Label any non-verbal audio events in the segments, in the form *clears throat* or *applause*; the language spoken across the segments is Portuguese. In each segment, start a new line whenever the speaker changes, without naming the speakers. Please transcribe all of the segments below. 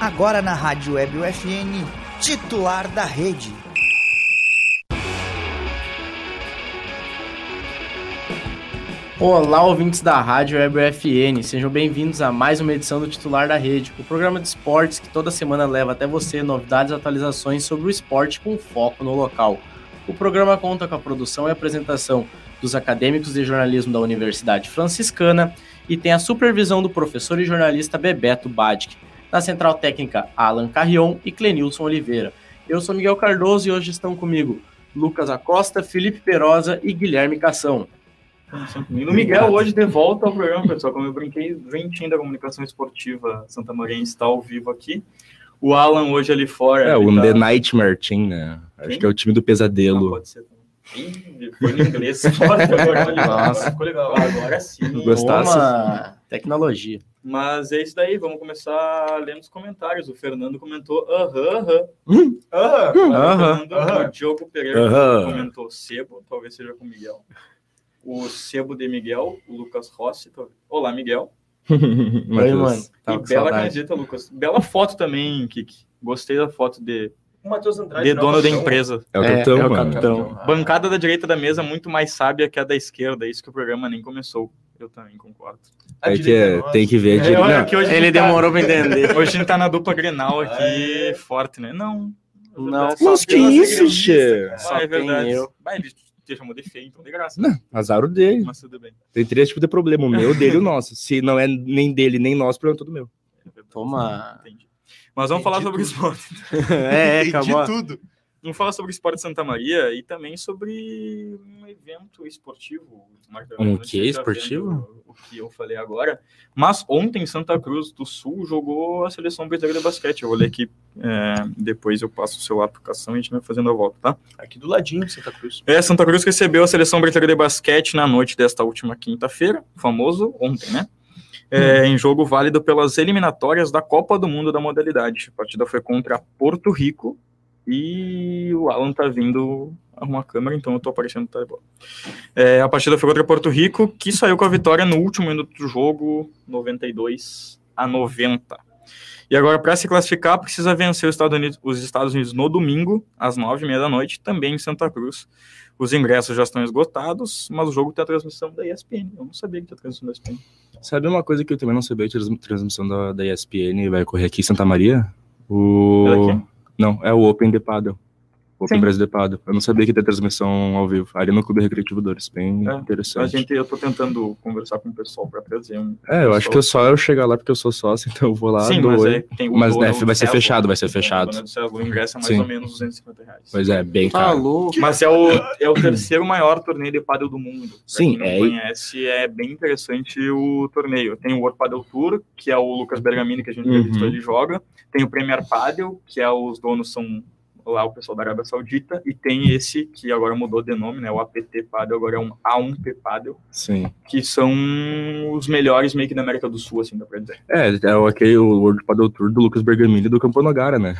agora na Rádio Web UFN, titular da rede.
Olá, ouvintes da Rádio Web FN, sejam bem-vindos a mais uma edição do Titular da Rede, o programa de esportes que toda semana leva até você novidades e atualizações sobre o esporte com foco no local. O programa conta com a produção e apresentação dos acadêmicos de jornalismo da Universidade Franciscana e tem a supervisão do professor e jornalista Bebeto Badic, na Central Técnica Alan Carrion e Clenilson Oliveira. Eu sou Miguel Cardoso e hoje estão comigo Lucas Acosta, Felipe Perosa e Guilherme Cação.
Comigo. O Miguel hoje de volta ao programa, pessoal. Como eu brinquei, ventinho da comunicação esportiva Santa Maria está ao vivo aqui. O Alan hoje ali fora.
É, o tá... The Nightmare Team, né? Acho Quem? que é o time do pesadelo. Não,
Ah, pode ser Ih, foi no inglês. *laughs* Nossa, agora, ficou legal. Ah, Agora sim.
Gostasse? Uma... Tecnologia.
Mas é isso daí, vamos começar lendo os comentários. O Fernando comentou, aham, aham. Hum? Aham, aham. O Diogo Pereira uh -huh. comentou sebo, talvez seja com o Miguel o Sebo de Miguel, o Lucas Rossi. Tá... Olá, Miguel.
Oi, mano.
Tá e bela camiseta, Lucas. Bela foto também, Kiki. Gostei da foto de.
O Matheus Andrade.
De dono da empresa.
É o capitão, é, é
mano.
Ah.
Capitão. Bancada da direita da mesa muito mais sábia que a da esquerda. É Isso que o programa nem começou. Eu também concordo.
É que é, tem que ver.
É, olha, que hoje Ele tá... demorou pra *laughs* entender.
hoje a gente tá na dupla Grenal aqui, forte, né? Não.
Não, Mas que isso, Che?
Ah, é verdade. Eu. Bah, ele te chamou de feio, então de graça.
Não, azar o dele.
Mas tudo bem.
Tem três tipos de problema: o meu, dele e o nosso. Se não é nem dele, nem nosso, problema é todo meu.
É Toma. Entendi.
Mas vamos Entendi falar sobre esporte.
é, é, acabou.
tudo. Vamos falar sobre o esporte de Santa Maria e também sobre um evento esportivo.
Um que esportivo?
tá O que eu falei agora. Mas ontem Santa Cruz do Sul jogou a seleção brasileira de basquete. Eu vou ler aqui, é, depois eu passo o celular para e a gente vai fazendo a volta, tá?
Aqui do ladinho, Santa Cruz.
É, Santa Cruz recebeu a seleção brasileira de basquete na noite desta última quinta-feira, famoso ontem, né? É, hum. em jogo válido pelas eliminatórias da Copa do Mundo da modalidade. A partida foi contra Porto Rico e o Alan tá vindo arrumar a câmera, então eu tô aparecendo no telebol. É, a partida foi contra Porto Rico, que saiu com a vitória no último minuto do jogo, 92 a 90. E agora, para se classificar, precisa vencer os Estados, Unidos, os Estados Unidos no domingo, às nove e meia da noite, também em Santa Cruz. Os ingressos já estão esgotados, mas o jogo tem a transmissão da ESPN. Eu não sabia que tinha transmissão da ESPN.
Sabe uma coisa que eu também não sabia, tinha transmissão da, da ESPN vai correr aqui em Santa Maria? O... Não, é o Open de Paddle. Open Sim. Brasil de Paddle. Eu não sabia que tem transmissão ao vivo. Ali no Clube Recreativo Dores, bem é, interessante.
A gente, eu tô tentando conversar com o pessoal pra trazer um.
É, eu pessoal. acho que eu só eu chegar lá porque eu sou sócio, *laughs* então eu vou lá.
Sim, mas, é, tem
mas né, vai ser fechado, vai ser fechado.
O ingresso é mais Sim. ou menos 250 reais.
Pois é, bem caro.
Tá louco. Mas é o, é o terceiro maior torneio de Paddle do mundo. Pra
Sim,
quem não é. conhece, é bem interessante o torneio. Tem o World Paddle Tour, que é o Lucas Bergamini, que a gente uhum. ele joga. Tem o Premier Paddle, que é os donos são lá o pessoal da Arábia Saudita, e tem esse que agora mudou de nome, né? O APT Padel, agora é um A1P Padel.
Sim.
Que são os melhores meio que da América do Sul, assim, dá pra dizer. É,
é o, okay, o World Padel Tour do Lucas Bergamini e do Campanogara, né?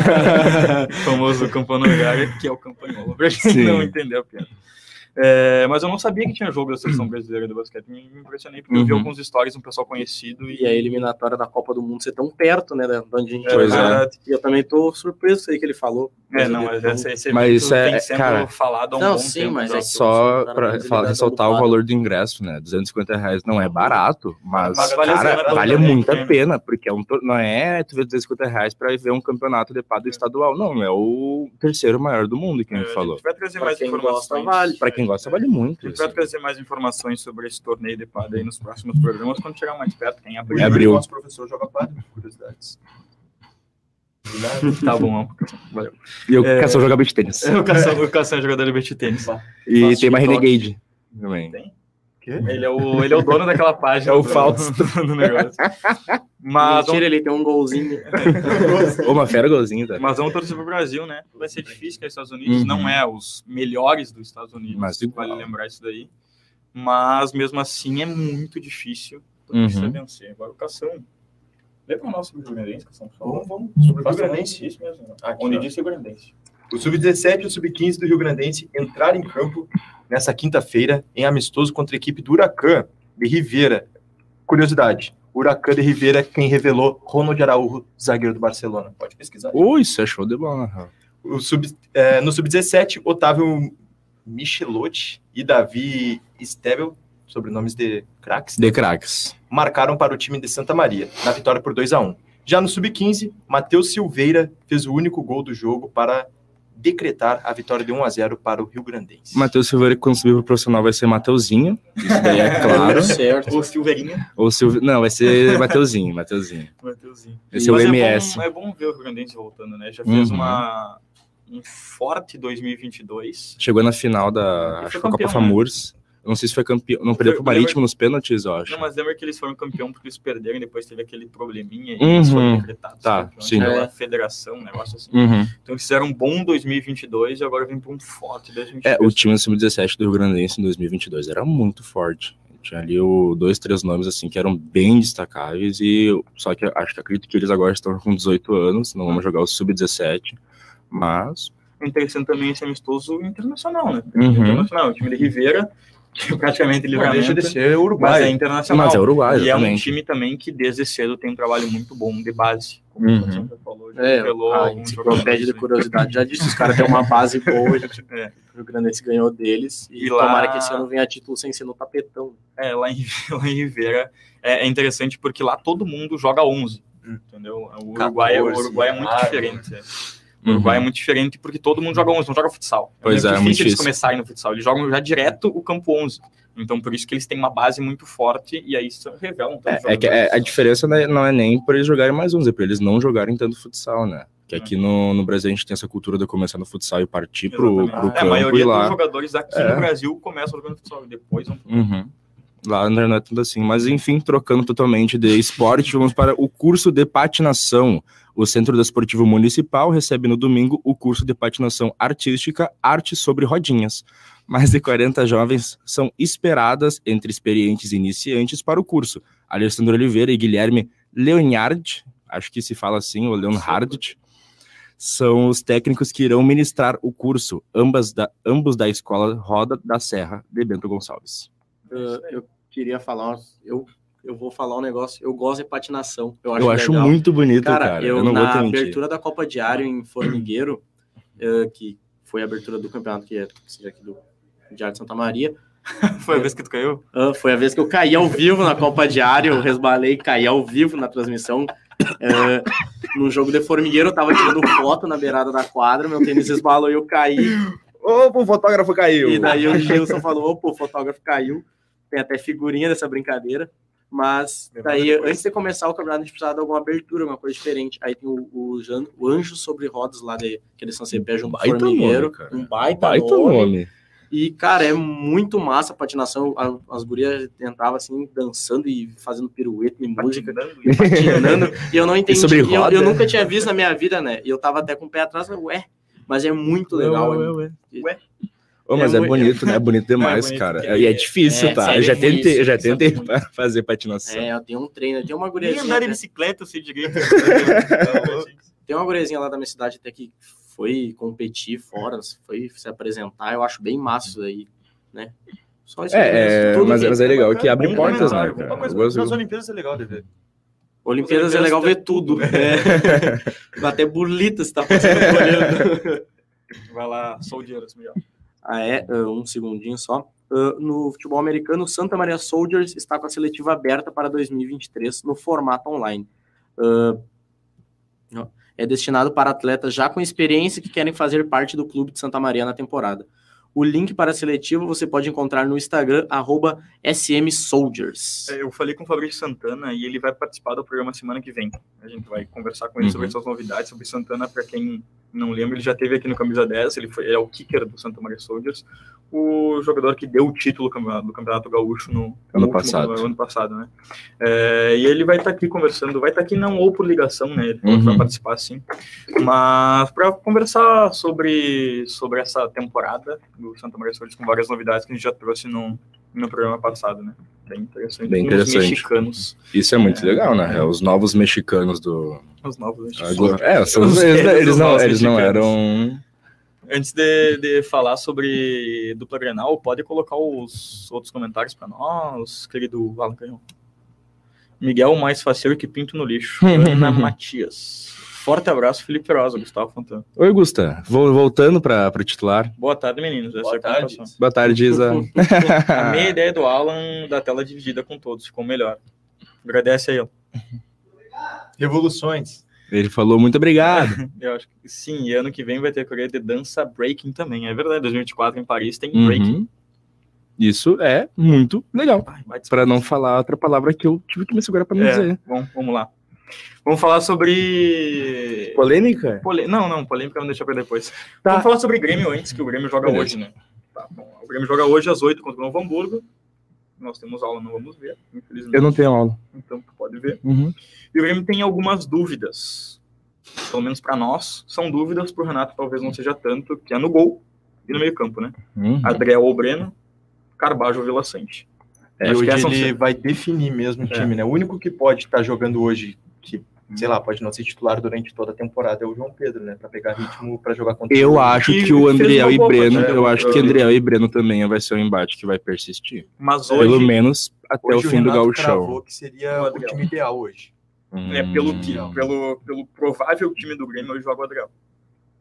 *laughs* famoso Campanogara, que é o Campanhola, pra quem Sim. não entendeu a piada. É, mas eu não sabia que tinha jogo da seleção brasileira do basquete. Me, me impressionei, porque uhum. eu vi alguns stories de um pessoal conhecido.
E... e... a eliminatória da Copa do Mundo ser tão perto, né? De onde a gente é, tá. E eu também tô surpreso aí que ele falou.
É, não, mas esse, esse mas isso é, tem cara, falado há um
não, sim, tempo, Mas é
só para ressaltar o valor tá do ingresso, né? 250 reais não é barato, mas, mas vale, cara, vale muito a pena, porque é um, não é tu ver 250 reais para ver um campeonato de pado estadual, não. É o terceiro maior do mundo, que a gente falou.
É, Vai trazer mais informações.
Vale
quem gosta vale É. muito.
A gente vai trazer mais informações sobre esse torneio de padre aí nos próximos programas, quando chegar mais perto, quem abriu.
É abriu.
Nosso professor joga padre, curiosidades.
tá bom, valeu.
E o é, Cação joga beat *laughs* tênis.
O Cação, o Cação é jogador de beat tênis.
E Nosso tem uma Renegade também. Tem?
Que? Ele é, o, ele é o dono daquela página.
É o do, falso
do *laughs* negócio.
Mas Mentira, um... ele tem um *laughs* golzinho.
Ô, uma fera golzinho, tá?
Mas vamos torcer pro Brasil, né? Vai ser difícil que os Estados Unidos uhum. não é os melhores dos Estados Unidos.
Mas
vale igual. lembrar isso daí. Mas mesmo assim é muito difícil. Precisa uhum. vencer. Agora o Cação. Lê para nós sobre o Grandense, Cação.
Vamos, vamos. Sobre o
Grandense. Isso mesmo. Né? Aqui, Onde ó. disse o Grandense.
O Sub-17 e o Sub-15 do Rio Grandense entraram em campo nessa quinta-feira em amistoso contra a equipe do Huracan de Rivera. Curiosidade, Huracan de Rivera, quem revelou Ronald Araújo, zagueiro do Barcelona. Pode pesquisar.
Ui, isso é show de bola, na real.
O sub- é, no sub-17, Otávio Michelotti e Davi Stebel, sobrenomes de craques,
De craques.
marcaram para o time de Santa Maria, na vitória por 2 a 1 Já no sub-15, Matheus Silveira fez o único gol do jogo para decretar a vitória de 1 a 0 para o Rio Grandense.
Matheus Silveira, que quando subir pro profissional, vai ser Mateuzinho. Isso daí
*laughs*
é claro.
certo.
O Silveirinha.
Ou Silvio... Não, vai ser Mateuzinho, Mateuzinho.
Mateuzinho.
Esse é o
Mas
MS.
bom- É bom, ver o Rio Grandense voltando, né? Já fez
Uhum.
uma, um forte 2022.
Chegou na final da
Ele foi
acho que a Copa
campeão, né?
Famurs. Eu Não sei se foi campeão. Não perdeu
Foi-
pro Marítimo nos pênaltis, eu acho.
Não, mas lembra que eles foram campeão porque eles perderam e depois teve aquele probleminha e
Uhum.
eles foram decretados
Tá,
campeões
sim.
pela
É.
federação, um negócio assim.
Uhum.
Então eles fizeram um bom 2022 e agora vem pra um forte 2022.
É, o time do Sub-17 do Rio Grandense em 2022 era muito forte. Tinha ali o, dois, três nomes assim que eram bem destacáveis e só que acho que acredito que eles agora estão com 18 anos, não vão jogar o Sub-17, mas
Interessante também esse amistoso internacional, né?
Uhum.
Internacional, o time de Rivera, *laughs* que é praticamente
Não
livramento,
deixa de ser
mas é
Uruguai.
internacional.
mas é Uruguai,
e é um
exatamente.
time também que desde cedo tem um trabalho muito bom de base. Como
Uhum.
o Sandro falou, já
É,
revelou
a
alguns jogadores,
enciclopédia
né?
de curiosidade já disse, os caras têm uma base boa, a gente,
É.
o Rio Grande ganhou deles, e,
E lá-
tomara que esse ano venha título sem ser no tapetão.
É, lá em, *laughs* lá em Rivera é, é interessante porque lá todo mundo joga 11,
Hum.
entendeu? O Uruguai, é- o
14,
Uruguai é muito
claro.
né?
diferente. é. O
Uhum.
Uruguai é muito diferente porque todo mundo joga 11, não joga futsal.
Pois é, é
difícil
muito
eles
difícil.
começarem no futsal, eles jogam já direto o campo 11. Então por isso que eles têm uma base muito forte e aí isso revelam tanto
É, é que é- a diferença né, não é nem por eles jogarem mais 11, é por eles não jogarem tanto futsal, né? Que
Uhum.
aqui no, no Brasil a gente tem essa cultura de começar no futsal e partir pro, pro
É, a
campo
maioria
e
dos
lá.
jogadores aqui
É.
no Brasil começam jogando futsal e depois vão
Uhum. Lá na não é tanto assim. Mas enfim, trocando totalmente de esporte, vamos para o curso de patinação. O Centro Desportivo Municipal recebe no domingo o curso de patinação artística Arte sobre Rodinhas. Mais de 40 jovens são esperadas entre experientes e iniciantes para o curso. Alessandro Oliveira e Guilherme Leonhard, acho que se fala assim, ou Leonhard, são os técnicos que irão ministrar o curso, ambas da, ambos da Escola Roda da Serra de Bento Gonçalves.
Uh, eu queria falar, eu, eu vou falar um negócio, eu gosto de patinação, eu acho
Eu acho
legal.
muito bonito, cara.
Cara, eu,
não vou
na
te mentir.
abertura da Copa Diário em Formigueiro, eh, que foi a abertura do campeonato que é que seja aqui do Diário de Santa Maria,
*laughs* Foi a vez que tu caiu?
ah, foi a vez que eu caí ao vivo na Copa Diário, eu resbalei e caí ao vivo na transmissão. eh, num jogo de formigueiro, eu tava tirando foto na beirada da quadra, meu tênis resbalou e eu caí.
Opa,
Tá
o fotógrafo caiu.
E daí
*laughs*
o Gilson falou: opa, o fotógrafo caiu. Tem até figurinha dessa brincadeira. Mas
Lembra
daí,
depois?
antes de começar o campeonato, a gente precisava de alguma abertura, alguma coisa diferente. Aí tem o, o, Jan- o Anjo sobre Rodas lá de que eles são CP junto com o
Um Baita
Formigueiro.
nome, cara.
Um baita,
Baita
nome.
nome.
E, cara, é muito massa a patinação. A- As gurias entravam assim, dançando e fazendo pirueta e música.
Patinando.
patinando, e eu não entendi.
sobre
E eu-
roda?
eu, nunca tinha visto na minha vida, né? E eu tava até com o pé atrás, mas, ué. Mas é muito legal. é
Ô,
*laughs*
mas
É
é,
muito-
bonito, né? É bonito demais,
É bonito,
cara.
porque-
E é difícil,
É,
tá?
sério,
Eu já
é muito
tentei, eu já
difícil,
tentei
sabe
fazer patinação.
É, eu tenho um treino, tem uma
Nem
guriazinha.
andar de
até-
bicicleta eu sei direito.
Tem uma guriazinha lá da minha cidade até que foi competir
Uhum.
fora, foi se apresentar, eu acho bem massa isso daí, né? Só isso
É, é,
mesmo, tudo
mas,
bem.
mas é legal que abre
bom
portas, né,
comentário,
cara?
uma coisa
Eu gosto-
Nas Olimpíadas é legal de ver.
Olimpíadas é
Olimpíadas
legal ver
tem
tudo.
tudo,
*laughs*
É. Até burlita se tá passando olhando.
Vai lá, Soldieros, melhor.
Ah, é? Ah, Um segundinho só. Ah, no futebol americano, Santa Maria Soldiers está com a seletiva aberta para 2023 no formato online. Ah, ó, é destinado para atletas já com experiência que querem fazer parte do clube de Santa Maria na temporada. O link para a seletiva você pode encontrar no Instagram, arroba smsoldiers.
É, Eu falei com o Fabrício Santana e ele vai participar do programa semana que vem. A gente vai conversar com ele sobre
Uhum.
essas novidades. Sobre Santana, para quem não lembra, ele já teve aqui no Camisa 10, ele, foi, ele é o kicker do Santa Maria Soldiers, o jogador que deu o título do Campeonato, do campeonato Gaúcho no
Ano
último-
passado.
ano passado, né? É, e ele vai estar aqui conversando, vai estar aqui não ou por ligação, né? Ele falou que vai
Uhum.
participar sim, mas para conversar sobre, sobre essa temporada do Santa Maria Soldiers com várias novidades que a gente já trouxe no, no programa passado, né? Bem interessante.
Bem
Uns
interessante.
mexicanos,
Isso é muito
É.
legal, né? É Os novos mexicanos do.
os novos mexicanos.
É, são-
Os-
eles,
eles
eles
os
não,
novos
eles não
mexicanos.
eram.
Antes de, de falar sobre dupla Grenal, pode colocar os outros comentários para nós, querido Alan Canhão. Miguel mais faceiro que pinto no *laughs* lixo. Ana Matias. Forte abraço, Felipe Rosa, Gustavo Fontana.
Oi, Gusta. Vou, voltando para o titular.
Boa tarde, Ah. meninos. Essa
Boa
é a
tarde.
colocação.
Boa tarde, Isa.
*laughs*
A meia ideia do Alan da tela dividida com todos, ficou melhor. Agradece aí, ó.
Revoluções.
Ele falou muito obrigado.
Eu acho que sim, e ano que vem vai ter Coreia de dança breaking também. É verdade, 2024 em Paris tem breaking.
Uhum. Isso é muito legal.
Ai, vai
Para não falar outra palavra que eu tive que me segurar para não
É.
dizer.
Bom, vamos lá. Vamos falar sobre.
Polêmica?
Pole- Não, não, polêmica vamos deixar pra depois.
Tá.
Vamos falar sobre Grêmio antes, que o Grêmio joga
Beleza.
hoje, né? Tá, bom. O Grêmio joga hoje às 8 contra o Novo Hamburgo. Nós temos aula, não vamos ver, infelizmente.
Eu não tenho aula.
Então tu pode ver.
Uhum.
E o Grêmio tem algumas dúvidas. Pelo menos pra nós, são dúvidas. Pro Renato talvez não seja tanto, que é no gol e no meio-campo, né?
Uhum.
Adriel ou Breno, Carbajo ou Vila Sante.
É,
e
acho
hoje
que
ele
essas são-
vai definir mesmo o
É.
time, né? O único que pode estar jogando hoje, que, sei lá, pode não ser titular durante toda a temporada, é o João Pedro, né? Pra pegar ritmo pra jogar contra
Eu acho
E
que o
fez
Andriel
uma
e
boa
Breno,
partida,
eu
né?
acho que Andriel e Breno também vai ser um embate que vai persistir.
Mas
Pelo
hoje,
menos até é o
Hoje
fim do
Renato
gauchão.
cravou que seria
O
o
Adriel.
time ideal hoje.
é, pelo,
Hum.
que- pelo, pelo provável time do Grêmio, eu jogo o Adriel.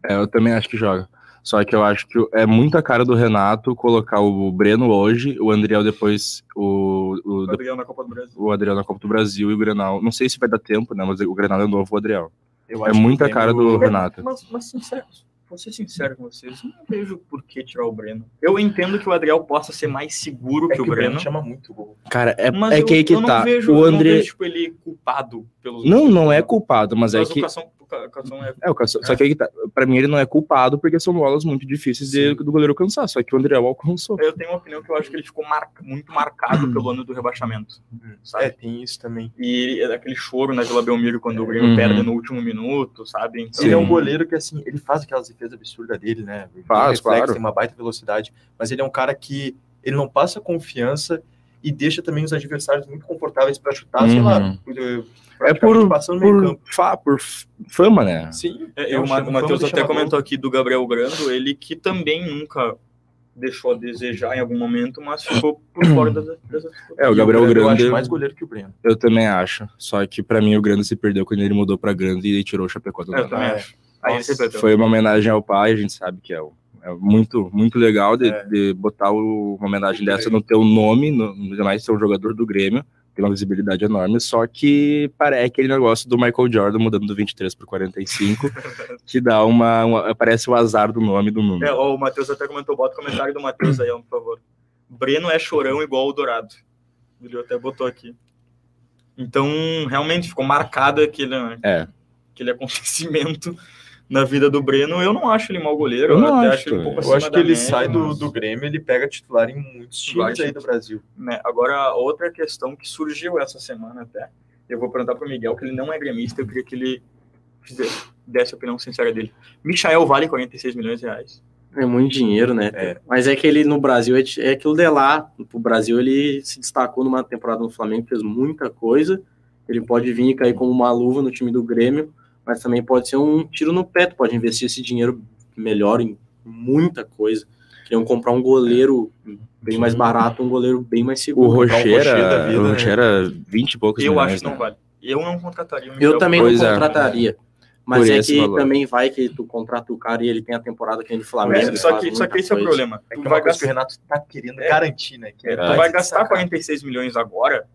É, eu também acho que joga. Só que eu acho que é muita cara do Renato colocar o Breno hoje, o Andriel depois, o, o,
O Adriel na Copa do Brasil.
o Adriel na Copa do Brasil e o Grenal. Não sei se vai dar tempo, né? Mas o Grenal é novo, o Adriel.
Eu
É
acho que
muita
o Grêmio-
cara do Renato.
Mas, mas sincero, vou ser sincero com vocês, eu não vejo por que tirar o Breno. Eu entendo que o Adriel possa ser mais seguro
É
que o Breno.
chama muito gol.
Cara, é,
mas
é que
eu,
aí que
eu não
tá.
vejo,
o
eu não
André.
vejo, tipo, ele culpado pelos
Não,
gols.
não é culpado, mas é
Mas
que.
o Cação, o Ca- Cação é
É, o Cassio- Só que aí que tá. Pra mim ele não é culpado porque são bolas muito difíceis de, do goleiro alcançar. Só que o Andriel alcançou.
Eu tenho uma opinião que eu acho que ele ficou mar- muito marcado
*clears throat*
pelo ano do rebaixamento, sabe?
É, tem isso também.
E é daquele choro na Vila Belmiro quando o Grêmio
Uhum.
perde no último minuto, sabe? Então,
Sim.
Ele é um goleiro que, assim, ele faz aquelas defesas absurdas dele, né? Ele
Faz, claro.
Tem uma baita velocidade, mas ele é um cara que ele não passa confiança e deixa também os adversários muito confortáveis pra chutar, sei
Uhum.
lá.
É por-
passando no meio
Por,
campo.
fa- por f- fama, né?
Sim.
é,
eu
o, Ma-
chamo-
o Matheus
vamos
até
chamar
comentou aqui do Gabriel Grando, ele que também nunca deixou a desejar em algum momento, mas ficou por fora das, das
É, o
E
Gabriel
Breno, Eu
Grande.
acho mais goleiro que o Breno.
Eu também acho. Só que pra mim o Grande se perdeu quando ele mudou pra Grande e tirou o Chapecó do
Eu
Grande.
também
Ah, é.
acho. Aí ele se perdeu.
Foi uma homenagem ao pai, a gente sabe que é, o- é muito, muito legal de,
É.
de botar o- uma homenagem dessa no teu nome, no, ainda mais ser um jogador do Grêmio. Tem uma visibilidade enorme, só que parece aquele negócio do Michael Jordan mudando do 23 para
*laughs*
45, que dá uma, uma- Parece o azar do nome do número.
É, ó, o Matheus até comentou, bota o comentário do Matheus aí, ó, por favor. Breno é chorão igual o Dourado. Ele até botou aqui. Então, realmente, ficou marcado aquele, né,
É.
aquele acontecimento na vida do Breno. Eu não acho ele mau goleiro,
Eu
eu,
não
até
acho
acho ele um
também.
pouco
Eu
acima
acho que
da
ele
média,
sai do,
mas,
do Grêmio, ele pega titular em muitos times
Vai,
aí do Brasil.
né, Agora, outra questão que surgiu essa semana até, eu vou perguntar pro Miguel, que ele não é gremista, eu queria que ele fizesse- desse a opinião sincera dele. Michael vale 46 milhões de reais.
É muito dinheiro, né?
É.
Mas é que ele no Brasil é, ti- é aquilo de lá. O Brasil ele se destacou numa temporada no Flamengo, fez muita coisa. Ele pode vir e cair como uma luva no time do Grêmio, mas também pode ser um tiro no pé. Tu pode investir esse dinheiro melhor em muita coisa. Queriam comprar um goleiro bem mais barato, um goleiro bem mais seguro.
O
Rocher da
Rocheira,
vida,
o
né?
Rocheira, 20 e poucos
Eu acho
milhões,
que não
né?
vale. Eu não contrataria o Michael
Eu também
Pois
não
é.
contrataria. Mas
Por
é
esse
que
valor.
também vai que tu contrata o cara e ele tem a temporada que ele no Flamengo.
É, só
faz
que, só que
muita
esse é o
coisa.
problema.
É
Tu
que é
vai
uma coisa que
gastar,
o Renato tá querendo
É.
garantir, né? Que
é,
ele
tu
Vai
vai
se
gastar
destacar.
46 milhões agora,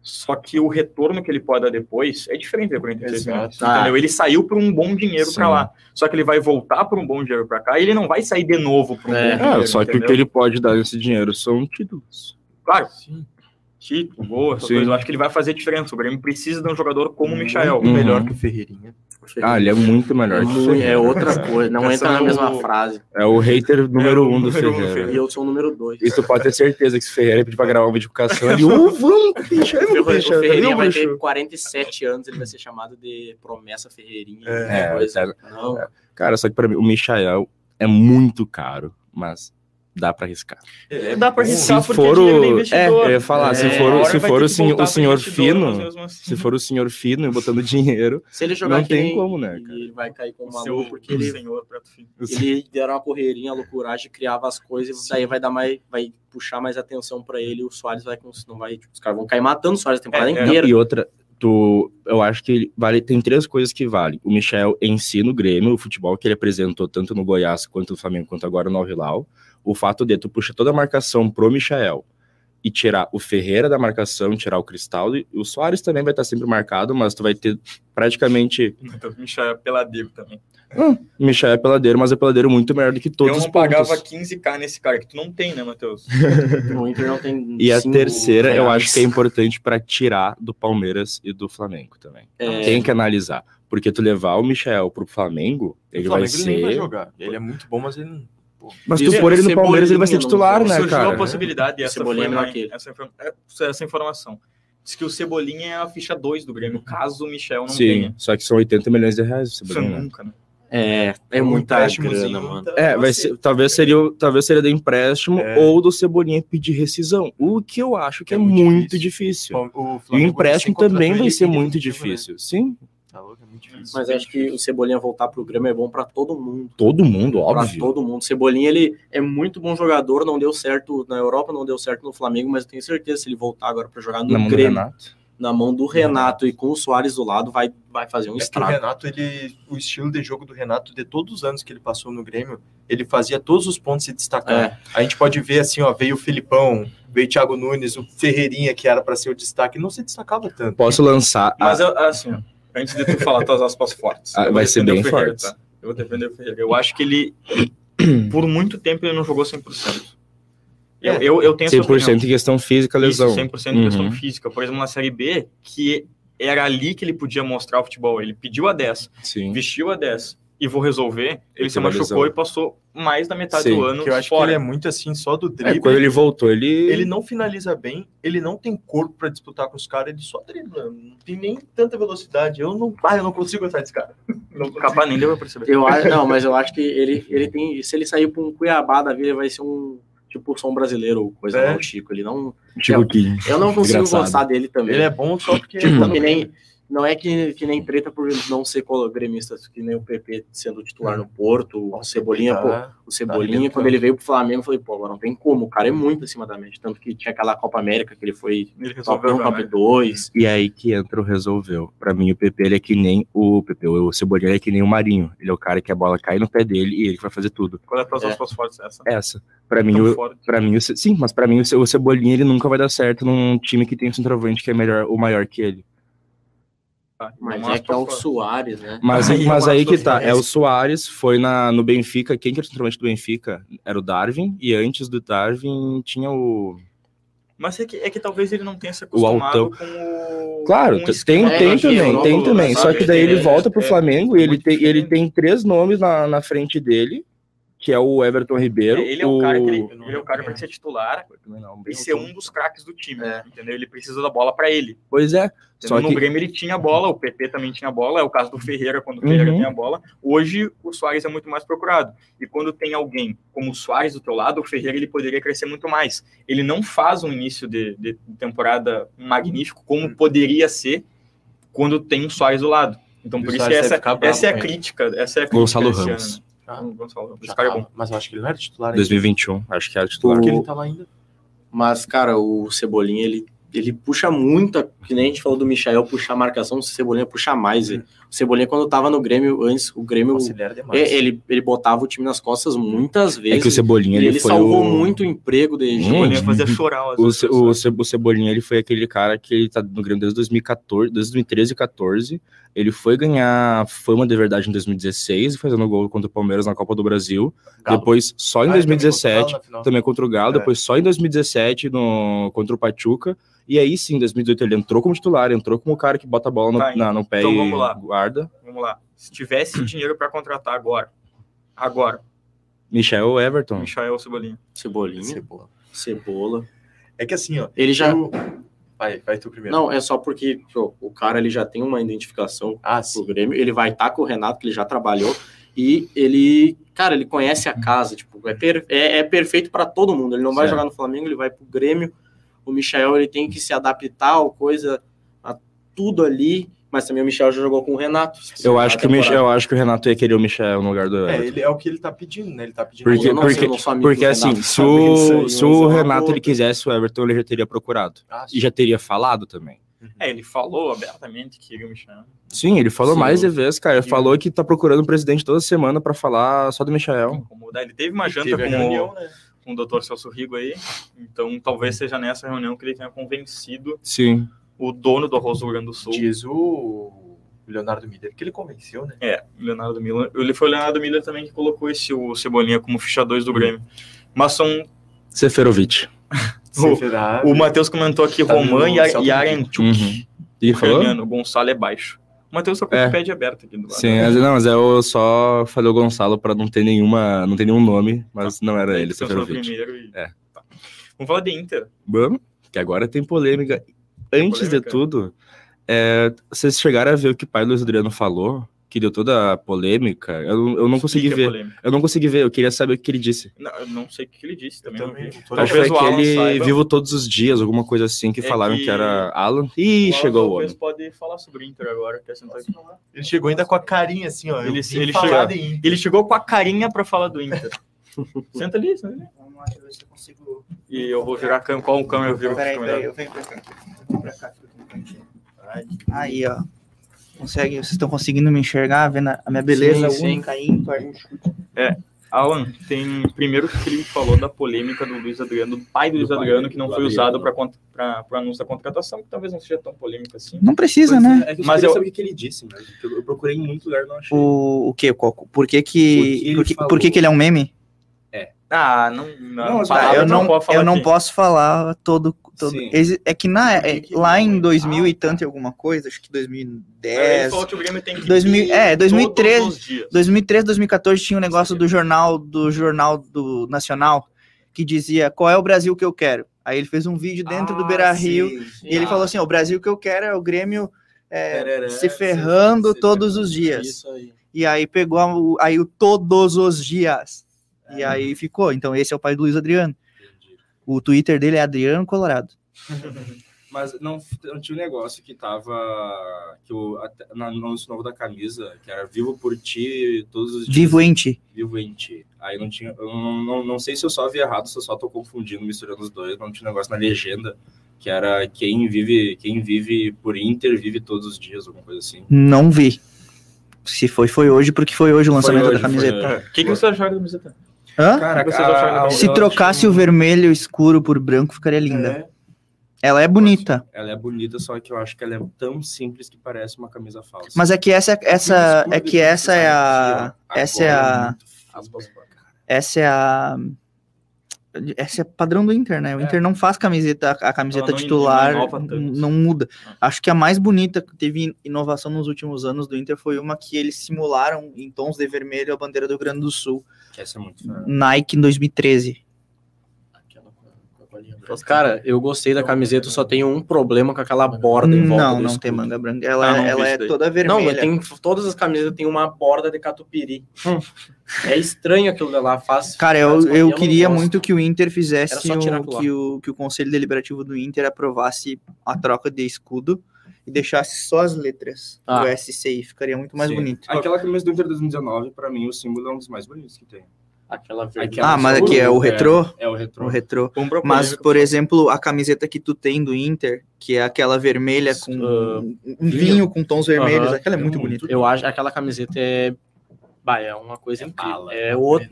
só que o retorno que ele pode dar depois é diferente de 46
Exato.
milhões.
Ah.
Entendeu? Ele saiu por um bom dinheiro
Sim.
pra lá. Só que ele vai voltar por um bom dinheiro pra cá e ele não vai sair de novo por um
É.
bom dinheiro.
É, só que o
entendeu?
que ele pode dar nesse dinheiro são títulos.
Claro, título, gol, essas
Sim.
coisas. Eu acho que ele vai fazer diferença. O Grêmio precisa de um jogador como o Michael.
Muito melhor
Uhum.
que o Ferreirinha.
Ah, ele é muito melhor.
É, outra coisa, não
Essa
entra na
é o-
mesma frase.
É o hater número
É o
um do
número um do
Ferreira.
E eu sou o número 2.
Isso tu pode ter certeza que se o Ferreira pedir pra gravar um vídeo com o Cassandra, ele, ô, vamos, com o Cristiano,
O
com o Cristiano,
Ferreirinha
viu,
vai
bicho?"
ter 47 anos, ele vai ser chamado de promessa Ferreirinha.
É,
coisa.
é.
Não,
Cara, só que pra mim, o Michael é muito caro, mas dá para arriscar.
É, dá pra
Se
arriscar porque
for
é dinheiro
o-
do investidor.
eu ia falar, se
É,
for,
uma
o-
Agora
se
vai
for
ter
o,
que
senho-
voltar
o
pro
senhor
investidor, mas
fino,
mesmo assim.
se for o senhor fino e botando
*laughs*
dinheiro,
Se ele jogar
Não
que
tem
nem-
como, né,
ele
cara?
vai cair como
O
maluco,
seu-
porque ele,
senhor prato fino.
ele deram uma correirinha, loucuragem, criava as coisas, e daí vai dar mais, vai puxar mais atenção pra ele, o Soares vai, com- não vai, tipo, os caras vão cair matando o Soares a temporada
É, é.
inteira.
e outra, tu, eu acho que vale, tem três coisas que vale. O Michel em si no Grêmio, o futebol que ele apresentou tanto no Goiás quanto no Flamengo, quanto agora no Al Hilal, o fato de tu puxar toda a marcação pro Michel e tirar o Ferreira da marcação, tirar o Cristaldo, e o Soares também vai estar sempre marcado, mas tu vai ter praticamente
*laughs* Então, Michel é peladeiro também.
o Michel é peladeiro, mas é peladeiro muito melhor do que todos
eu
os
não
pontos.
pagava 15k nesse cara, que tu não tem, né,
*laughs*
Matheus?
No Inter não tem
E a
cinco
terceira, eu
reais.
acho que é importante para tirar do Palmeiras e do Flamengo também.
É.
Tem que analisar. Porque tu levar o Michel pro Flamengo, ele
O Flamengo
vai
nem vai
ser.
jogar. Ele é muito bom, mas ele não.
Mas
Isso,
tu pôr ele no
Cebolinha
Palmeiras, ele vai ser
não-
titular, né,
Surgiu a
cara?
possibilidade,
O
e essa
Cebolinha
foi
é
na-
melhor que ele.
essa, foi- é, essa informação. Diz que o Cebolinha é a ficha 2 do Grêmio, caso o Michel não
Sim,
tenha.
só que são 80 milhões de reais.
Isso
Cebolinha, né?
nunca, né? Então,
É, é
Um
muita
empréstimozinho
grana, mano.
tá-
É, vai
assim,
ser, talvez seria, o- talvez seria do empréstimo
É.
ou do Cebolinha pedir rescisão, o que eu acho que é,
É muito
muito,
bom,
difícil.
O,
E o
Flamengo
empréstimo
sem
também
contratou
vai
ele,
ser
ele
muito
definitiva, né?
difícil. Sim,
Tá louco, é muito difícil.
Mas eu acho que o Cebolinha voltar pro Grêmio é bom pra todo mundo.
todo mundo,
Pra
óbvio.
todo mundo. Cebolinha, ele é muito bom jogador, não deu certo na Europa, não deu certo no Flamengo, mas eu tenho certeza se ele voltar agora pra jogar no
Na mão do
Grêmio,
Renato.
na mão do Renato e com o Soares do lado, vai, vai fazer um
É que o
estrago.
Renato, ele, o estilo de jogo do Renato, de todos os anos que ele passou no Grêmio, ele fazia todos os pontos se destacar.
É,
A gente pode ver assim, ó, veio o Filipão, veio o Thiago Nunes, o Ferreirinha, que era pra ser o destaque, não se destacava tanto.
Posso lançar a
Mas, eu- assim, ó, antes de tu falar tuas aspas fortes.
Ah,
eu vou
vai ser
defender
bem
o Ferreira,
fortes.
tá? Eu vou defender o Ferreira. Eu acho que ele, por muito tempo, ele não jogou 100%. Eu,
É.
eu, eu tenho essa opinião.
100% em questão física, lesão.
Isso, 100% em questão
Uhum.
física. Por exemplo, na Série B, que era ali que ele podia mostrar o futebol. Ele pediu a 10,
Sim.
vestiu a 10 e vou resolver. Ele
Uhum. Ele
se
teve uma
machucou
lesão.
e passou mais da metade
Sim,
do ano
Porque eu acho
fora.
que ele é muito assim, só do drible.
É, quando ele voltou, ele.
Ele não finaliza bem, ele não tem corpo pra disputar com os caras, ele só dribla. Não tem nem tanta velocidade. Eu não, ah, eu não consigo atrás desse cara. *laughs* Não consigo.
Capaz nem deu pra perceber.
eu acho, não, mas eu acho que ele, ele tem. Se ele sair pra um Cuiabá da vida, ele vai ser um tipo som brasileiro ou coisa
É.
do Chico. Ele não.
Tipo que.
Eu não consigo
Engraçado.
gostar dele também.
Ele é bom só porque
Também nem, não é que, que nem treta por não ser colo- gremista, que nem o PP sendo titular no Porto, o Cebolinha,
tá.
pô, o
Tá
Cebolinha,
arrebentando.
quando ele veio pro Flamengo, eu falei, pô, agora não tem como, o cara é muito acima da média, tanto que tinha aquela Copa América que ele foi
Ele
top
um
resolveu
1,
jogar,
top
né?
2,
E é aí que entra o resolveu. Pra mim, o PP ele é que nem o PP, o Cebolinha ele é que nem o Marinho. Ele é o cara que a bola cai no pé dele e ele que vai fazer tudo.
Qual é as tuas
É.
aspas fortes essa?
Essa. Pra mim,
Tão
o,
forte.
pra mim o, Ce- sim, mas pra mim o Ce- o Cebolinha ele nunca vai dar certo num time que tem um centroavante que é melhor ou maior que ele.
Tá,
mas
uma
é que é
aspa
o
forte.
Soares, né?
Mas
Aí
aí,
eu
mas
acho
aí que
que
tá. É
essa-
o Soares, foi na, no Benfica. Quem que era o centroavante do Benfica? Era o Darwin. E antes do Darwin tinha o.
Mas é que, é que talvez ele não tenha se
O
acostumado
Altão.
com o...
Claro,
com o
tem, um
esquema.
é,
tem
acho que eu
também,
não
tem
vou
também. Só
saber,
que daí ele
é,
volta pro
é,
Flamengo e ele
muito
tem, e ele
diferente.
tem três nomes na, na frente dele, que é o Everton Ribeiro.
É, ele é o cara que ele,
não
ele é o cara pra
reconheço.
ser titular
É.
e ser um dos craques do time, entendeu? Ele precisa da bola pra ele.
Pois é. Só
no
que-
Grêmio ele tinha bola, o PP também tinha bola, é o caso do Ferreira quando o Ferreira
Uhum.
tem a bola. Hoje o Soares é muito mais procurado. E quando tem alguém como o Soares do teu lado, o Ferreira ele poderia crescer muito mais. Ele não faz um início de, de temporada magnífico
Uhum.
como poderia ser quando tem o Soares do lado. Então
E o
por isso
Soares
é
deve
essa,
ficar bravo
essa é a
com ele.
crítica, essa é a crítica
Gonçalo
desse
Ramos.
ano, né? Ah, o Gonçalo Ramos.
Já
Esse cara é
tava,
bom.
Mas eu acho que ele não era titular ainda.
2021, acho que era titular.
Porque ele tá lá ainda.
Mas, cara, o Cebolinha, ele, ele puxa muita. Que nem a gente falou do Michael puxar a marcação, o Cebolinha puxa mais. ele. O Cebolinha, quando tava no Grêmio, antes, o Grêmio.
Nossa, ele era demais.
é, Ele, ele botava o time nas costas muitas
É
vezes.
que o Cebolinha
e
ele,
ele
foi
salvou
o...
muito o emprego dele.
Hum,
Poderia fazer
um
chorar às
assim,
O,
vezes,
Ce- o, Ce- o Cebolinha ele foi aquele cara que ele tá no Grêmio desde 2014, desde 2013 e 14. Ele foi ganhar fama de verdade em 2016, fazendo gol contra o Palmeiras na Copa do Brasil.
Galo.
Depois, só em
Ah, ele também botou o
2017,
Galo na final.
também contra o Galo,
É.
depois só em 2017 no, contra o Pachuca. E aí sim, em 2018 ele entrou como titular, entrou como o cara que bota a bola no,
Tá,
na- no pé
então
e
vamos lá.
guarda.
Vamos lá. Se tivesse dinheiro pra contratar agora, agora,
Michel Everton.
Michael Cebolinha.
Cebolinha,
Cebola.
cebola.
É que assim, ó.
Ele já.
eu- Vai, vai tu primeiro.
Não, é só porque pô, o cara ele já tem uma identificação
Ah,
pro
sim.
tá Grêmio, ele vai estar com o Renato, que ele já trabalhou. E ele, cara, ele conhece a casa, tipo, é, per- é, é perfeito para todo mundo. Ele não vai
Certo.
jogar no Flamengo, ele vai pro Grêmio. O Michel, ele tem que se adaptar ao coisa, a tudo ali. Mas também o Michel já jogou com o Renato. tá
Eu acho, que o Michel,
Temporada.
eu acho que o Renato ia querer o Michel no lugar do
É,
Everton.
ele, é o que ele tá pedindo, né? Ele tá pedindo.
Porque-
Eu não sei, eu não sou amigo
Porque
do
assim,
Renato.
se
isso
o,
aí,
se
mas
o
é uma
Renato
boa.
ele quisesse o Everton, ele já teria procurado.
Ah,
E já teria falado também.
É, ele falou abertamente que queria o Michel.
Sim, ele falou
Sim.
mais de vez, cara.
Sim.
Falou que tá procurando o presidente toda semana pra falar só do Michael.
Incomodar. Ele teve uma janta
teve a
com, o,
reunião, né?
com o Dr. Celso Rigo aí, então talvez seja nessa reunião que ele tenha convencido
Sim.
o dono do Arroz do Rio Grande do Sul.
Diz o Leonardo Miller, que ele convenceu, né?
É, o Leonardo Miller. Ele foi o Leonardo Miller também que colocou esse o Cebolinha como ficha 2 do Grêmio. Mas são.
Seferovic.
O-
Será?
O Matheus comentou aqui
Tá
Roman
no
e Ar-
Celta
e Arenchuk.
Uhum. E falou?
Ucraniano, Gonçalo é baixo. O Matheus tá com
É.
o pé de aberto aqui do lado.
Sim, mas- não, mas eu só falei o Gonçalo pra não ter nenhuma. Não ter nenhum nome, mas não era é, ele,
Então, sou o
Seferovic.
primeiro e-
É.
Tá. Vamos falar de Inter.
Vamos, que agora tem polêmica. Antes de
polêmica?
tudo, é, vocês chegaram a ver o que o pai Luiz Adriano falou, que deu toda a polêmica. Eu, não- eu não consegui
Fica a
ver.
polêmica.
Eu não consegui ver, eu queria saber o que ele disse.
Não, eu não sei o que ele disse também. não
também.
vi.
Tô
Acho
Talvez
que
o
foi
Alan
aquele
saiba.
Vivo Todos os Dias, alguma coisa assim, que
É
falaram que...
que
era Alan.
O
Ih,
Alan
chegou o
talvez
homem.
pode falar sobre o Inter agora. é Quer sentar aqui?
Ele chegou ainda com a carinha assim, ó.
Ele-
eu vim
ele
falar de Inter.
Ele chegou com a carinha pra falar do Inter. senta ali, senta ali.
Vamos lá, deixa eu ver se eu consigo.
E eu vou virar cam- qual câmera eu viro.
Peraí,
Fica
peraí,
melhor.
eu venho pra cá. Eu venho pra cá, fica um pouquinho. Aí, ó. Consegue, vocês estão conseguindo me enxergar, vendo a minha beleza
Sim, sim.
única, ímpar?
Alan, tem primeiro que ele falou da polêmica do Luiz Adriano, do pai do Luiz Adriano, que não foi usado para o anúncio da contratação, que talvez não seja tão polêmica assim.
Não precisa, né?
É que
Mas
queria
eu-
saber o que ele disse, né? Eu- Eu procurei em muito lugar e não achei.
O, o quê? Qual- Por que
Por que
que,
ele
por que,
falou?
por que que ele é um meme?
Ah, não.
Não, mas
palavra
tá,
eu
tu
não,
pode falar
eu não
aqui.
posso falar todo. todo
Sim.
Exi- é que na, é-
que
lá
não?
em 2000 e
Ah, tá.
tanto e alguma coisa, acho que
Ele
2010,
falou que o Grêmio tem que
2000
ir
é, 2013.
todos os dias.
2013, 2014 tinha um negócio do jornal do jornal do Nacional que dizia qual é o Brasil que eu quero. Aí ele fez um vídeo dentro do Beira Rio e ele falou assim: "Ó, o Brasil que eu quero é o Grêmio é, se ferrando todos os dias. E aí pegou a- o- aí o todos os dias. E aí ficou. Então esse é o pai do Luiz Adriano. O Twitter dele é Adriano Colorado.
Mas não, não tinha um negócio que tava. Que o, até- na- no anúncio novo da camisa, que era vivo por ti todos os dias.
Vivo em ti.
vivo em ti. Aí não tinha. Eu não, não, não sei se eu só vi errado, se eu só tô confundindo, misturando os dois, mas não tinha um negócio na legenda que era quem vive, quem vive por Inter vive todos os dias, alguma coisa assim.
Não vi. Se foi, foi hoje, porque foi hoje o lançamento
Foi hoje,
da camiseta.
foi hoje.
O que, que você achou da camiseta?
Hã?
Cara,
Você achou
a- a-
legal?
Se
eu
trocasse o
achei-
vermelho escuro por branco, ficaria linda.
É.
Ela é bonita,
Ela é bonita, só que eu acho que ela é tão simples que parece uma camisa falsa.
mas é que essa, essa é que essa é a
Agora
essa é
é
a
muito feio.
essa é a essa é padrão do Inter, né? O
É.
Inter não faz camiseta, a camiseta
Ela não
titular
inova
n-
tanto.
não muda.
Ah.
Acho que a mais bonita que teve inovação nos últimos anos do Inter foi uma que eles simularam em tons de vermelho a bandeira do Rio Grande do Sul,
Essa é muito feia.
Nike em 2013.
Cara, eu gostei da camiseta, eu só tenho um problema com aquela borda em volta
não,
do
não
escudo.
tem manga branca. Ela,
Ah, não vi
ela
isso
é
daí.
toda vermelha. Hum.
Não, mas tem, todas as camisetas têm uma borda de catupiry. é estranho aquilo lá, faz...
Cara, eu,
faz-
eu
não
queria
gosto.
muito que o Inter fizesse
Era só tirar
o,
aquilo lá.
que, o, que o Conselho Deliberativo do Inter aprovasse a troca de escudo e deixasse só as letras
Ah.
do SCI. Ficaria muito mais
Sim.
bonito.
Tipo,
Aquela camisa do Inter 2019, pra mim, o símbolo é um dos mais bonitos que tem.
Aquela verde.
Aquela
Ah, mas
azul,
aqui é o retrô?
É o retrô.
O retrô.
Vamos pra
Mas,
polêmica.
por exemplo, a camiseta que tu tem do Inter, que é aquela vermelha com
Ah,
um vinho com tons vermelhos,
Aham.
aquela é
É
muito
muito
bonita.
Eu acho aquela camiseta é... Bah, é uma coisa
É
incrível.
bala.
é outra...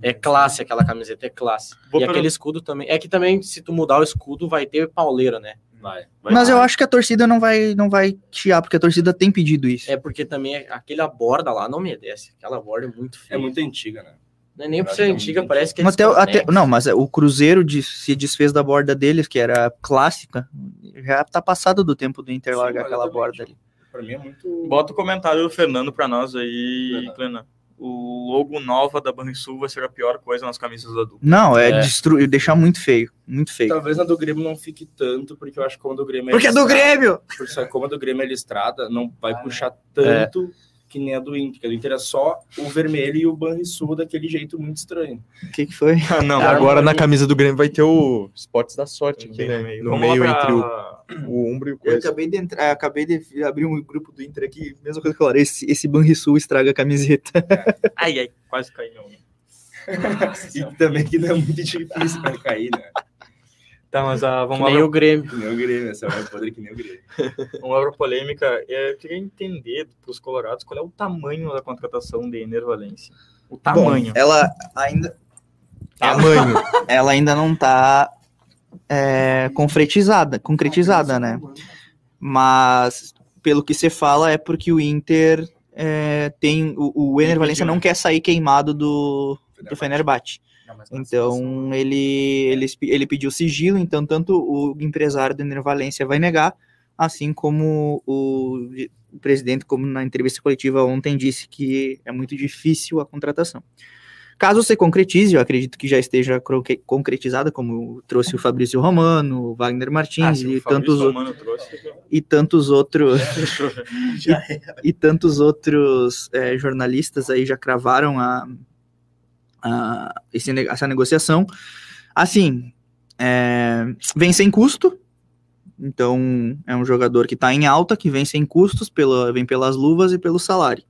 É classe aquela camiseta, é classe.
Vou
e
perguntar-
aquele escudo também. É que também, se tu mudar o escudo, vai ter pauleira, né?
Vai.
Mas eu acho que a torcida não vai, não vai chiar, porque a torcida tem pedido isso.
É porque também é- aquela borda lá não merece. Aquela borda é muito feia.
É muito antiga, né?
Não é nem por
Eu
ser
acho que é
antiga,
muito-
parece que é
Até, até-
desconexo.
não, mas o Cruzeiro de- se desfez da borda deles, que era clássica. Já tá passado do tempo do Inter
Sim,
largar aquela
exatamente.
borda ali.
Pra mim é muito.
Bota o comentário do Fernando pra nós aí,
Fernando.
Clenan. O logo nova da Banrisul vai ser a pior coisa nas camisas da dupla.
Não, é,
É.
destruir, deixar muito feio. Muito feio.
Talvez na do Grêmio não fique tanto, porque eu acho que como a do Grêmio
Porque é do
listrada-
Grêmio! Ah, né?
Porque só como a do Grêmio é listrada, não vai puxar tanto
que nem a do Inter, que a do Inter é só o vermelho e o Banrisul daquele jeito muito estranho.
O que, que foi?
Ah, não, agora
né?
na camisa do Grêmio vai ter o Esportes da Sorte aqui, né? No meio entre o, o Umbro e o
Eu
coisa.
acabei de entrar, acabei de abrir um grupo do Inter aqui, mesma coisa que eu falei, esse, esse Banrisul estraga a camiseta.
Ai, ai, quase caiu.
E
Então,
também que não é muito difícil pra cair, né?
Tá, mas ah,
Que
vamos
nem
lá
o Grêmio.
Que nem o Grêmio, essa é podre que nem o Grêmio.
Uma outra polêmica, é, eu queria entender para os colorados qual é o tamanho da contratação de Ener Valência. O tamanho.
*laughs* Ela ainda,
Tá.
É,
Tamanho.
ela ainda não tá é, concretizada, concretizada, né? Mas pelo que você fala é porque o Inter é, tem o, o Ener Valencia
né?
não quer sair queimado do, do Fenerbahçe.
tá assim,
Então
né? É.
ele, ele ele pediu sigilo, então tanto o empresário do Ener Valencia vai negar, assim como o, o presidente, como na entrevista coletiva ontem disse que é muito difícil a contratação. Caso se concretize, eu acredito que já esteja croque- concretizada, como trouxe o Fabrício Romano, o Wagner
Ah,
Martins
Ah, se o
e
Fabrício
tantos outros
Romano trouxe,
e tantos outros e, e tantos outros eh, jornalistas aí já cravaram a, a- esse ne- essa negociação assim eh, vem sem custo então é um jogador que está em alta que vem sem custos pela vem pelas luvas e pelo salário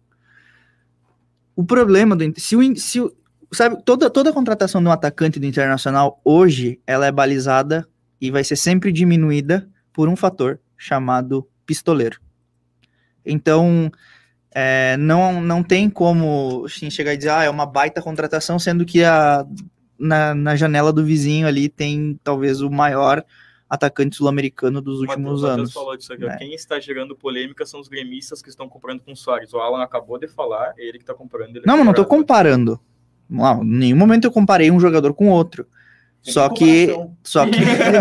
o problema do Inter- se o, In- se o- sabe toda toda a contratação de um atacante do internacional hoje ela é balizada e vai ser sempre diminuída por um fator chamado pistoleiro. Então, é, não, não tem como assim, chegar e dizer, ah, é uma baita contratação, sendo que a, na, na janela do vizinho ali tem talvez o maior atacante sul-americano dos
O Matheus-
últimos
Matheus
anos.
falou disso aqui, ó.
né?
Quem está gerando polêmica são os gremistas que estão comprando com o Soares. O Alan acabou de falar, é ele que está comprando. Ele
Não, mas não tô
estou
comparando. Não, em nenhum momento eu comparei um jogador com outro. Só que, Só que.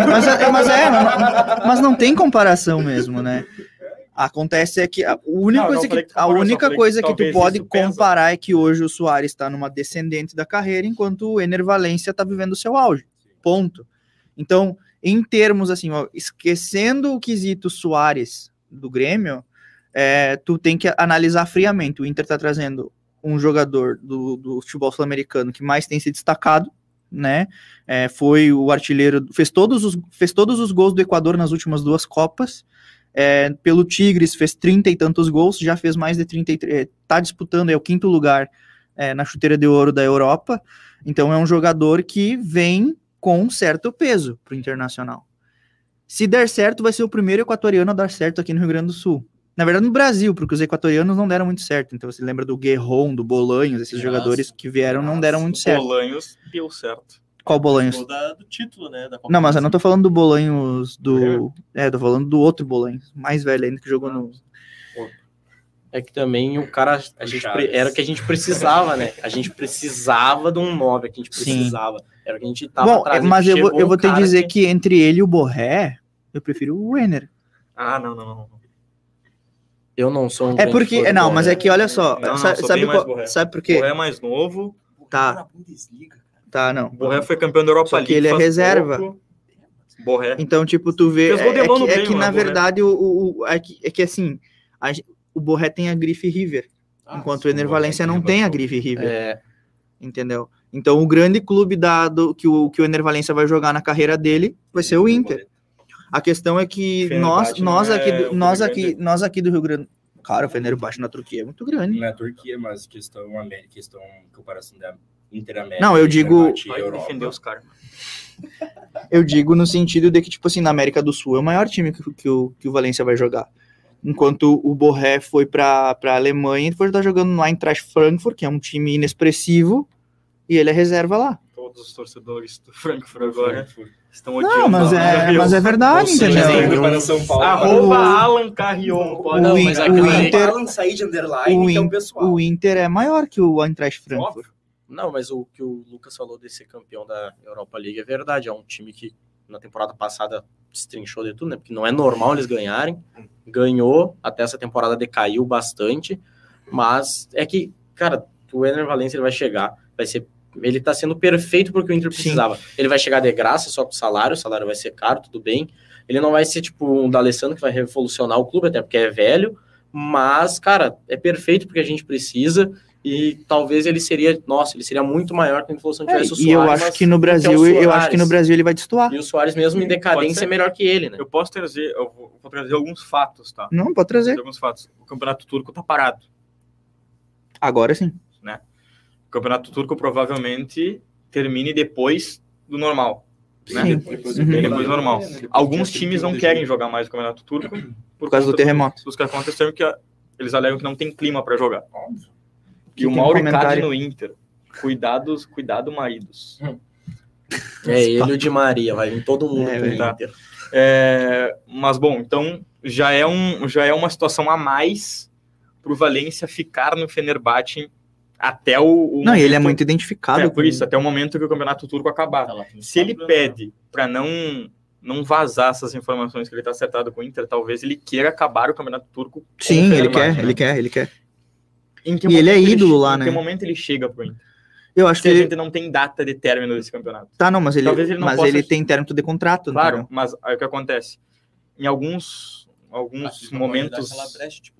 mas, é, mas é, mas- mas não tem comparação mesmo, né? Acontece é que a única
Não, não
coisa,
falei
que,
que
a
comparação,
única
falei que
coisa que tu
talvez
pode
isso pesa.
comparar é que hoje o Soares está numa descendente da carreira, enquanto o Ener Valência está vivendo o seu auge. Ponto. Então, em termos assim, ó, esquecendo o quesito Soares do Grêmio, é, tu tem que analisar friamente. O Inter tá trazendo um jogador do, do futebol sul-americano que mais tem se destacado, né? É, foi o artilheiro, fez todos, os, fez todos os gols do Equador nas últimas duas Copas. É, pelo Tigres fez 30 e tantos gols, já fez mais de 33. Está disputando, é o quinto lugar é, na chuteira de ouro da Europa. Então é um jogador que vem com um certo peso para o internacional. Se der certo, vai ser o primeiro equatoriano a dar certo aqui no Rio Grande do Sul. Na verdade, no Brasil, porque os equatorianos não deram muito certo. Então, você lembra do Guerron, do Bolanhos, esses
Nossa,
jogadores que vieram não deram muito certo.
Bolanhos deu certo.
Qual Bolanhos?
Gol da- do título, né? Da Copa
Não, mas eu
do
não tô
Brasil.
falando do Bolanhos do. É, tô falando do outro Bolanhos, mais velho ainda que jogou no.
É que também o cara. A gente pre-
Chaves.
Era o que a gente precisava, né? A
*laughs*
gente precisava de um 9, a gente
Sim.
precisava. Era o que a gente tava
Bom, é,
atrás.
mas eu vou,
Chegou
eu vou
um
ter que
cara
dizer que entre ele e o Borré, eu prefiro o Wenner.
Ah, não, não, não.
Eu não sou um
É
grande
porque.
fã
é,
do
Não,
Borré.
mas é que olha só.
Não, não,
sa-
sou
sabe,
bem mais
qual-
Borré.
sabe por
O
quê?
Borré é mais novo.
Tá.
Na Bundesliga, cara.
Tá, não.
O Borré foi campeão da Europa
Só que
League
ele é
faz
reserva.
pouco. Borré.
Então, tipo, tu vê.
Fez
É,
gol de
é
mão no
que, é
Grêmio,
que,
né,
na
Borré?
verdade, o, o- o- é, que, é que, assim. a gen- o Borré tem a grife River,
Ah,
enquanto
sim,
o Ener
bom,
Valência não
sim,
tem a
bom.
grife River.
É,
Entendeu? Então, o grande clube dado que o, que o Ener Valencia vai jogar na carreira dele vai ser o Inter. A questão é que nós,
Fenerbahçe
nós,
não é
aqui, do-
um
nós,
clube
aqui, nós aqui do Rio Grande. Cara, o Fenerbahçe na Turquia é muito grande.
Na Turquia, mas questão, América, questão comparação da Interamérica.
Não, eu digo-
Fenerbahçe e
Vai
Europa.
defender os caras.
Eu digo no sentido de que, tipo assim, na América do Sul é o maior time que, que o, que o Valencia vai jogar. Enquanto o Borré foi pra, pra Alemanha e foi estar jogando lá em Trash Frankfurt, que é um time inexpressivo, e ele é reserva lá.
Todos os torcedores do Frankfurt agora estão odiando.
Não, mas
o Alan
é,
Carrion.
mas é verdade,
Ou seja,
entendeu?
nenhum- Ah,
Arroba
O-
Alan Carrion.
O,
Não,
In-
mas
o
aqui na
Inter,
Inter-
Alan sair de
um
underline,
o
então,
In-
pessoal.
o Inter é maior que o Eintracht Frankfurt.
Não, mas o que o Lucas falou de ser campeão da Europa League é verdade. É um time que na temporada passada destrinchou de tudo, né? Porque não é normal eles ganharem. Ganhou, até essa temporada decaiu bastante. Mas é que, cara, o Ener Valencia ele vai chegar, vai ser. Ele tá sendo perfeito porque o Inter
Sim.
precisava. Ele vai chegar de graça, só com salário, o salário vai ser caro, tudo bem. Ele não vai ser tipo um D'Alessandro que vai revolucionar o clube, até porque é velho, Mas, cara, é perfeito porque a gente precisa. E talvez ele seria, nossa, ele seria muito maior que a inflação
É,
tivesse o
e eu
Suárez,
acho
mas-
que no Brasil,
o
eu acho que no
Suárez.
Brasil ele vai destoar.
E o Soares, mesmo em
Pode
decadência,
ser.
é melhor que ele, né?
Eu posso trazer, eu vou, vou trazer alguns fatos, tá? Vou
Não, pode trazer.
alguns fatos. O Campeonato Turco tá parado.
Agora sim.
O Campeonato Turco provavelmente termine depois do normal. Né?
Sim.
Depois,
Uhum.
depois do normal.
É,
Alguns times não querem jogar mais o Campeonato Turco
Por causa do
conta
terremoto.
dos que aconteceram que a- eles alegam que não tem clima para jogar.
Que
E o
tem
Mauro
comentário.
Icardi no Inter. Cuidados, cuidado, maridos.
É ele e o Di Maria, vai vir todo mundo
É,
pro
tá.
Inter.
É, mas bom, então já é, um, já é uma situação a mais pro Valência ficar no Fenerbahçe até o, o
Não, e ele é
momento-
muito identificado.
é,
com-
por isso até o momento que o campeonato turco acabar. Se ele
né?
né?
pede para não não vazar essas informações que ele tá acertado com o Inter, talvez ele queira acabar o campeonato turco. com o
Sim, ele
Fenerbahçe,
quer,
né?
ele quer, ele quer.
Em que
E ele é
momento
ídolo
che-
lá,
Em
né?
que momento ele chega pro Inter?
Eu acho
Se
que
a
ele.
gente não tem data de término desse campeonato.
Tá, não, mas ele,
Talvez ele não
mas
possa-
ele tem término de contrato,
Claro,
entendeu?
mas aí o que acontece? Em alguns, alguns momentos.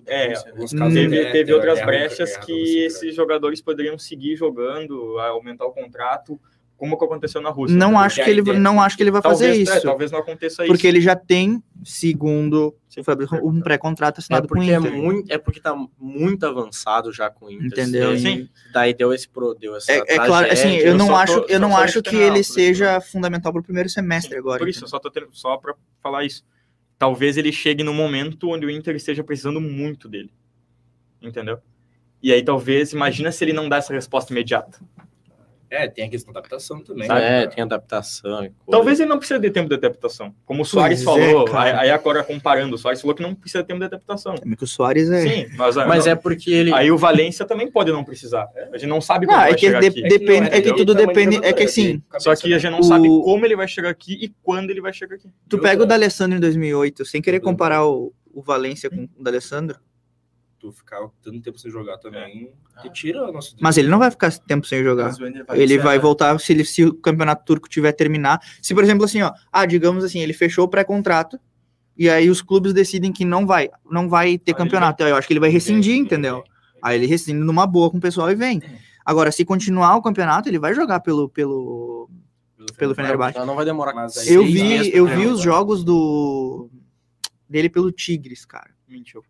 É,
né?
Teve, teve outras
né?
brechas que esses jogadores poderiam seguir jogando, a- aumentar o contrato, como que aconteceu na Rússia. né?
Não
entendeu?
acho que ele não acho que ele vai fazer
é- talvez, é,
isso,
talvez não aconteça
porque
isso.
ele já tem, segundo
Sim.
o Fabrício, um pré-contrato
É
assinado com o
porque, é,
Inter.
muito, é porque tá muito avançado já com o Inter.
Entendeu?
Daí-
é, Sim. Tá
Daí deu esse pro, deu essa
É, é claro, assim,
tragédia.
eu não
só
acho,
tô-
eu
só
não
tô
acho que
esperando,
ele
por exemplo.
seja fundamental para o primeiro semestre agora. então.
Por isso, eu só, tô tendo- só pra falar isso. Talvez ele chegue no momento onde o Inter esteja precisando muito dele. Entendeu? E aí, talvez, imagina se ele não dá essa resposta imediata.
É, tem a questão da adaptação também. né?
É, tem adaptação. e coisa.
Talvez ele não precise de tempo de adaptação. Como o Soares
Pois é,
falou,
cara.
aí agora comparando, o Soares falou que não precisa de tempo de adaptação.
entendeu? Que o Soares é.
Sim, mas,
Mas
não-
é porque ele.
Aí o Valência também pode não precisar. A gente não sabe como
Não,
vai
é que,
chegar
de-
aqui.
depende, é, que
entendeu?
tudo depende, é que assim,
Só que a gente não
O-
sabe como ele vai chegar aqui e quando ele vai chegar aqui.
tu pega o D'Alessandro em 2008, sem querer comparar o, o Valência com o D'Alessandro,
Tu ficar tanto tempo sem jogar também, te tira o nosso...
É. mas ele não vai ficar tempo sem jogar. Ele vai é. voltar se, ele, se o campeonato turco tiver terminar. Se, por exemplo, assim, ó, ah, digamos assim, ele fechou o pré-contrato e aí os clubes decidem que não vai, não vai ter
Aí
campeonato. Eu acho que ele vai rescindir, entendeu? Aí ele rescinde numa boa com o pessoal e vem. Agora, se continuar o campeonato, ele vai jogar pelo pelo pelo Fenerbahçe.
Não vai demorar.
Mas aí-
seis
Eu
Sim,
vi,
meses
eu
pra um.
vi os
jogar.
jogos do dele pelo Tigres, cara.
Mentiu.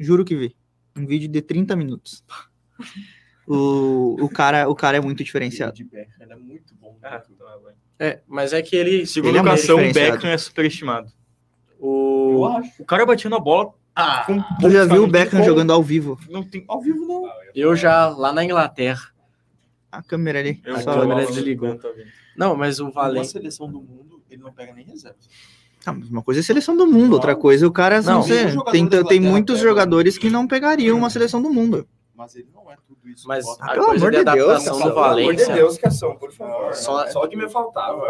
Juro que vi. Um vídeo de 30 minutos. O, o, cara, o cara é muito diferenciado.
Ele é muito bom.
Ah, então é bom.
É, mas é que ele.
Segundo
Ele é muito
educação, o
diferenciado.
Beckham é superestimado.
O...
O cara batendo a bola
Ah,
com
Tu já viu o
não tem
Beckham
como-
jogando ao vivo?
Não tem ao vivo, não.
Eu já, lá na Inglaterra.
A câmera ali.
Eu
Só
vou-
olha.
câmera desligou. Não, mas o
uma
Valência.
seleção do mundo, ele não pega nem reserva.
Tá, mas uma coisa é seleção do mundo, outra coisa é o cara. Não,
Não.
sei,
Nenhum jogador
tem,
da
tem
Inglaterra
muitos
pega.
jogadores que não pegariam uma seleção do mundo.
Mas ele não é tudo isso.
Mas
Bota-
a
pelo
coisa
amor
de
de Deus,
adaptação
cara,
do
Pelo amor de
Valência.
Deus, Cação, por favor.
Só-
né? Só, o que me faltava.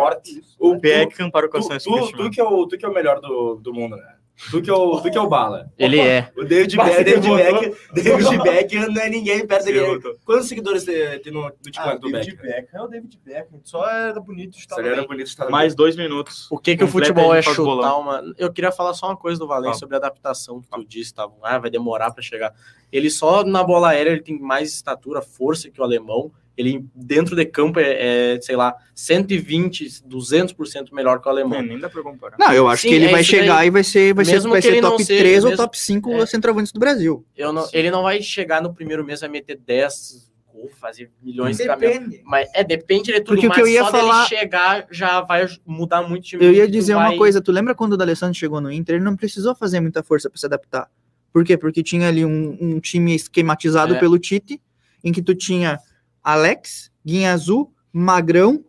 O Beckham para o
Tu,
educação é
tu, tu
superestimado.
que é o, tu que é o melhor do, do mundo, né? Tu que é o, tu que é o bala.
Ele é.
O David,
Mas
Be
ele
David,
botou-
Beck, David Beckham não é ninguém perto
Ele
dele.
voltou.
Quantos seguidores você tem no, no TikTok
Ah,
do
David
Beckham?
Beckham é o David Beckham. Só era bonito,
tá
Se
estava
ele
um
era
bem.
bonito, estava
Mais dois minutos.
O que, que o
Completa
futebol
ele
é
faz
chutar
bolão.
uma. Eu queria falar só uma coisa do Valência
Fala.
sobre a adaptação que tu disse, tá? Ah, vai demorar pra chegar. Ele só na bola aérea ele tem mais estatura, força que o alemão. Ele dentro de campo é, é, sei lá, 120, 200% melhor que o
É,
alemão.
nem dá pra comparar.
Não, eu acho
Sim,
que ele
é
vai
isso
chegar e vai ser, vai ser,
Mesmo
vai
que
ser
ele não
top
seja,
3 ou
mesmo-
top 5
é.
centroavantes do Brasil.
Eu não, ele não vai chegar no primeiro mês a meter 10 gols, fazer milhões de caminhões.
Depende.
Mas é, depende de tudo,
Porque o
mas
que eu ia
só dele
falar-
chegar já vai mudar muito o time.
Eu
que
ia
tu
dizer
vai-
uma coisa, tu lembra quando o D'Alessandro chegou no Inter, ele não precisou fazer muita força para se adaptar. Por quê? Porque tinha ali um, um time esquematizado
É.
pelo Tite, em que tu tinha Alex, Guinha Azul, Magrão.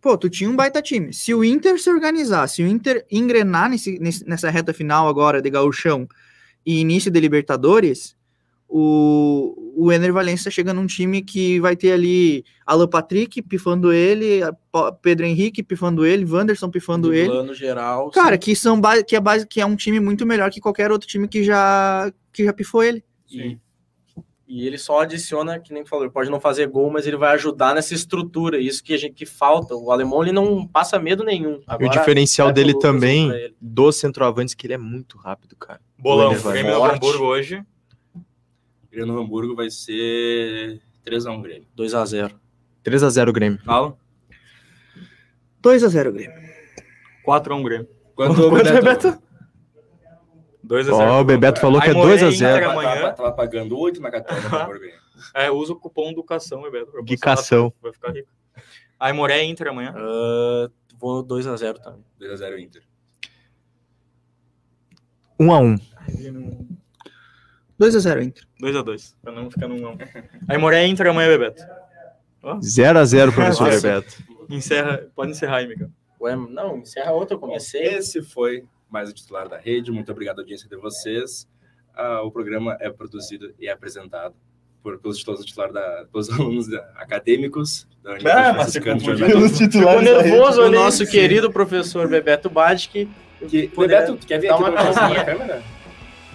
Pô, tu tinha um baita time. Se o Inter se organizar, se o Inter engrenar nesse- nesse- nessa reta final agora de gauchão e início de Libertadores, o, o Ener Valencia chega num time que vai ter ali Alan Patrick pifando ele, a- Po- Pedro Henrique pifando ele, Wanderson pifando ele.
Plano geral.
Cara, que são ba- que é base que é um time muito melhor que qualquer outro time que já que já pifou ele.
E, E ele só adiciona, que nem falou, ele pode não fazer gol, mas ele vai ajudar nessa estrutura. Isso que a gente que falta. O alemão ele não passa medo nenhum.
E o
Agora, é
diferencial
vai
dele
pro Lucas,
também,
pra ele.
dos centroavantes, que ele é muito rápido, cara.
Bolão,
Ele vai
Grêmio Novo
forte.
Hamburgo hoje.
Grêmio Novo Hamburgo vai ser 3x1 Grêmio.
2 a 0
3x0 Grêmio.
Fala.
2x0 Grêmio.
4x1 Grêmio.
Quanto o
Quanto,
um Bebeto?
2x0.
Ó, o Bebeto falou que é
Aí Moreira
2x0.
Inter amanhã.
Tava, tava pagando 8 na Catarina. *laughs*
É, usa o cupom do Cação, Bebeto. pra
De
você lá,
Cação.
Vai ficar rico. Aimoré e Inter amanhã.
Vou 2 a 0 também.
2x0 Inter.
1x1.
2x0 Inter.
2x2. Pra não ficar num. Aimoré e Inter amanhã, Bebeto.
0x0, professor
Nossa.
Bebeto.
Encerra. Pode encerrar aí, Miguel.
Ué, não, encerra outra, eu comecei.
Esse foi mais o titular da rede. Muito obrigado à audiência de vocês. Ah, o programa é produzido e apresentado por, pelos, titulares- titular da, pelos *laughs* alunos da- acadêmicos
Ah,
da Universidade Franciscano de Jornalismo.
Ficou nervoso o
ali.
nosso querido professor Bebeto Badic.
Que,
Poderia
Bebeto, tu quer vir
dar
aqui
uma
pra mostrar
pausinha.
a câmera?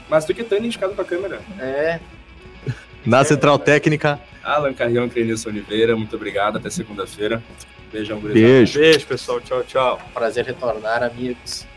Mas tu que tá indicado com a câmera. É.
É,
Na Central Técnica,
Alan Carrião, Crenilson Oliveira, muito obrigado. Até segunda-feira. Beijão, gurizada.
beijo.
Beijo, pessoal. Tchau, tchau.
prazer é um retornar, amigos.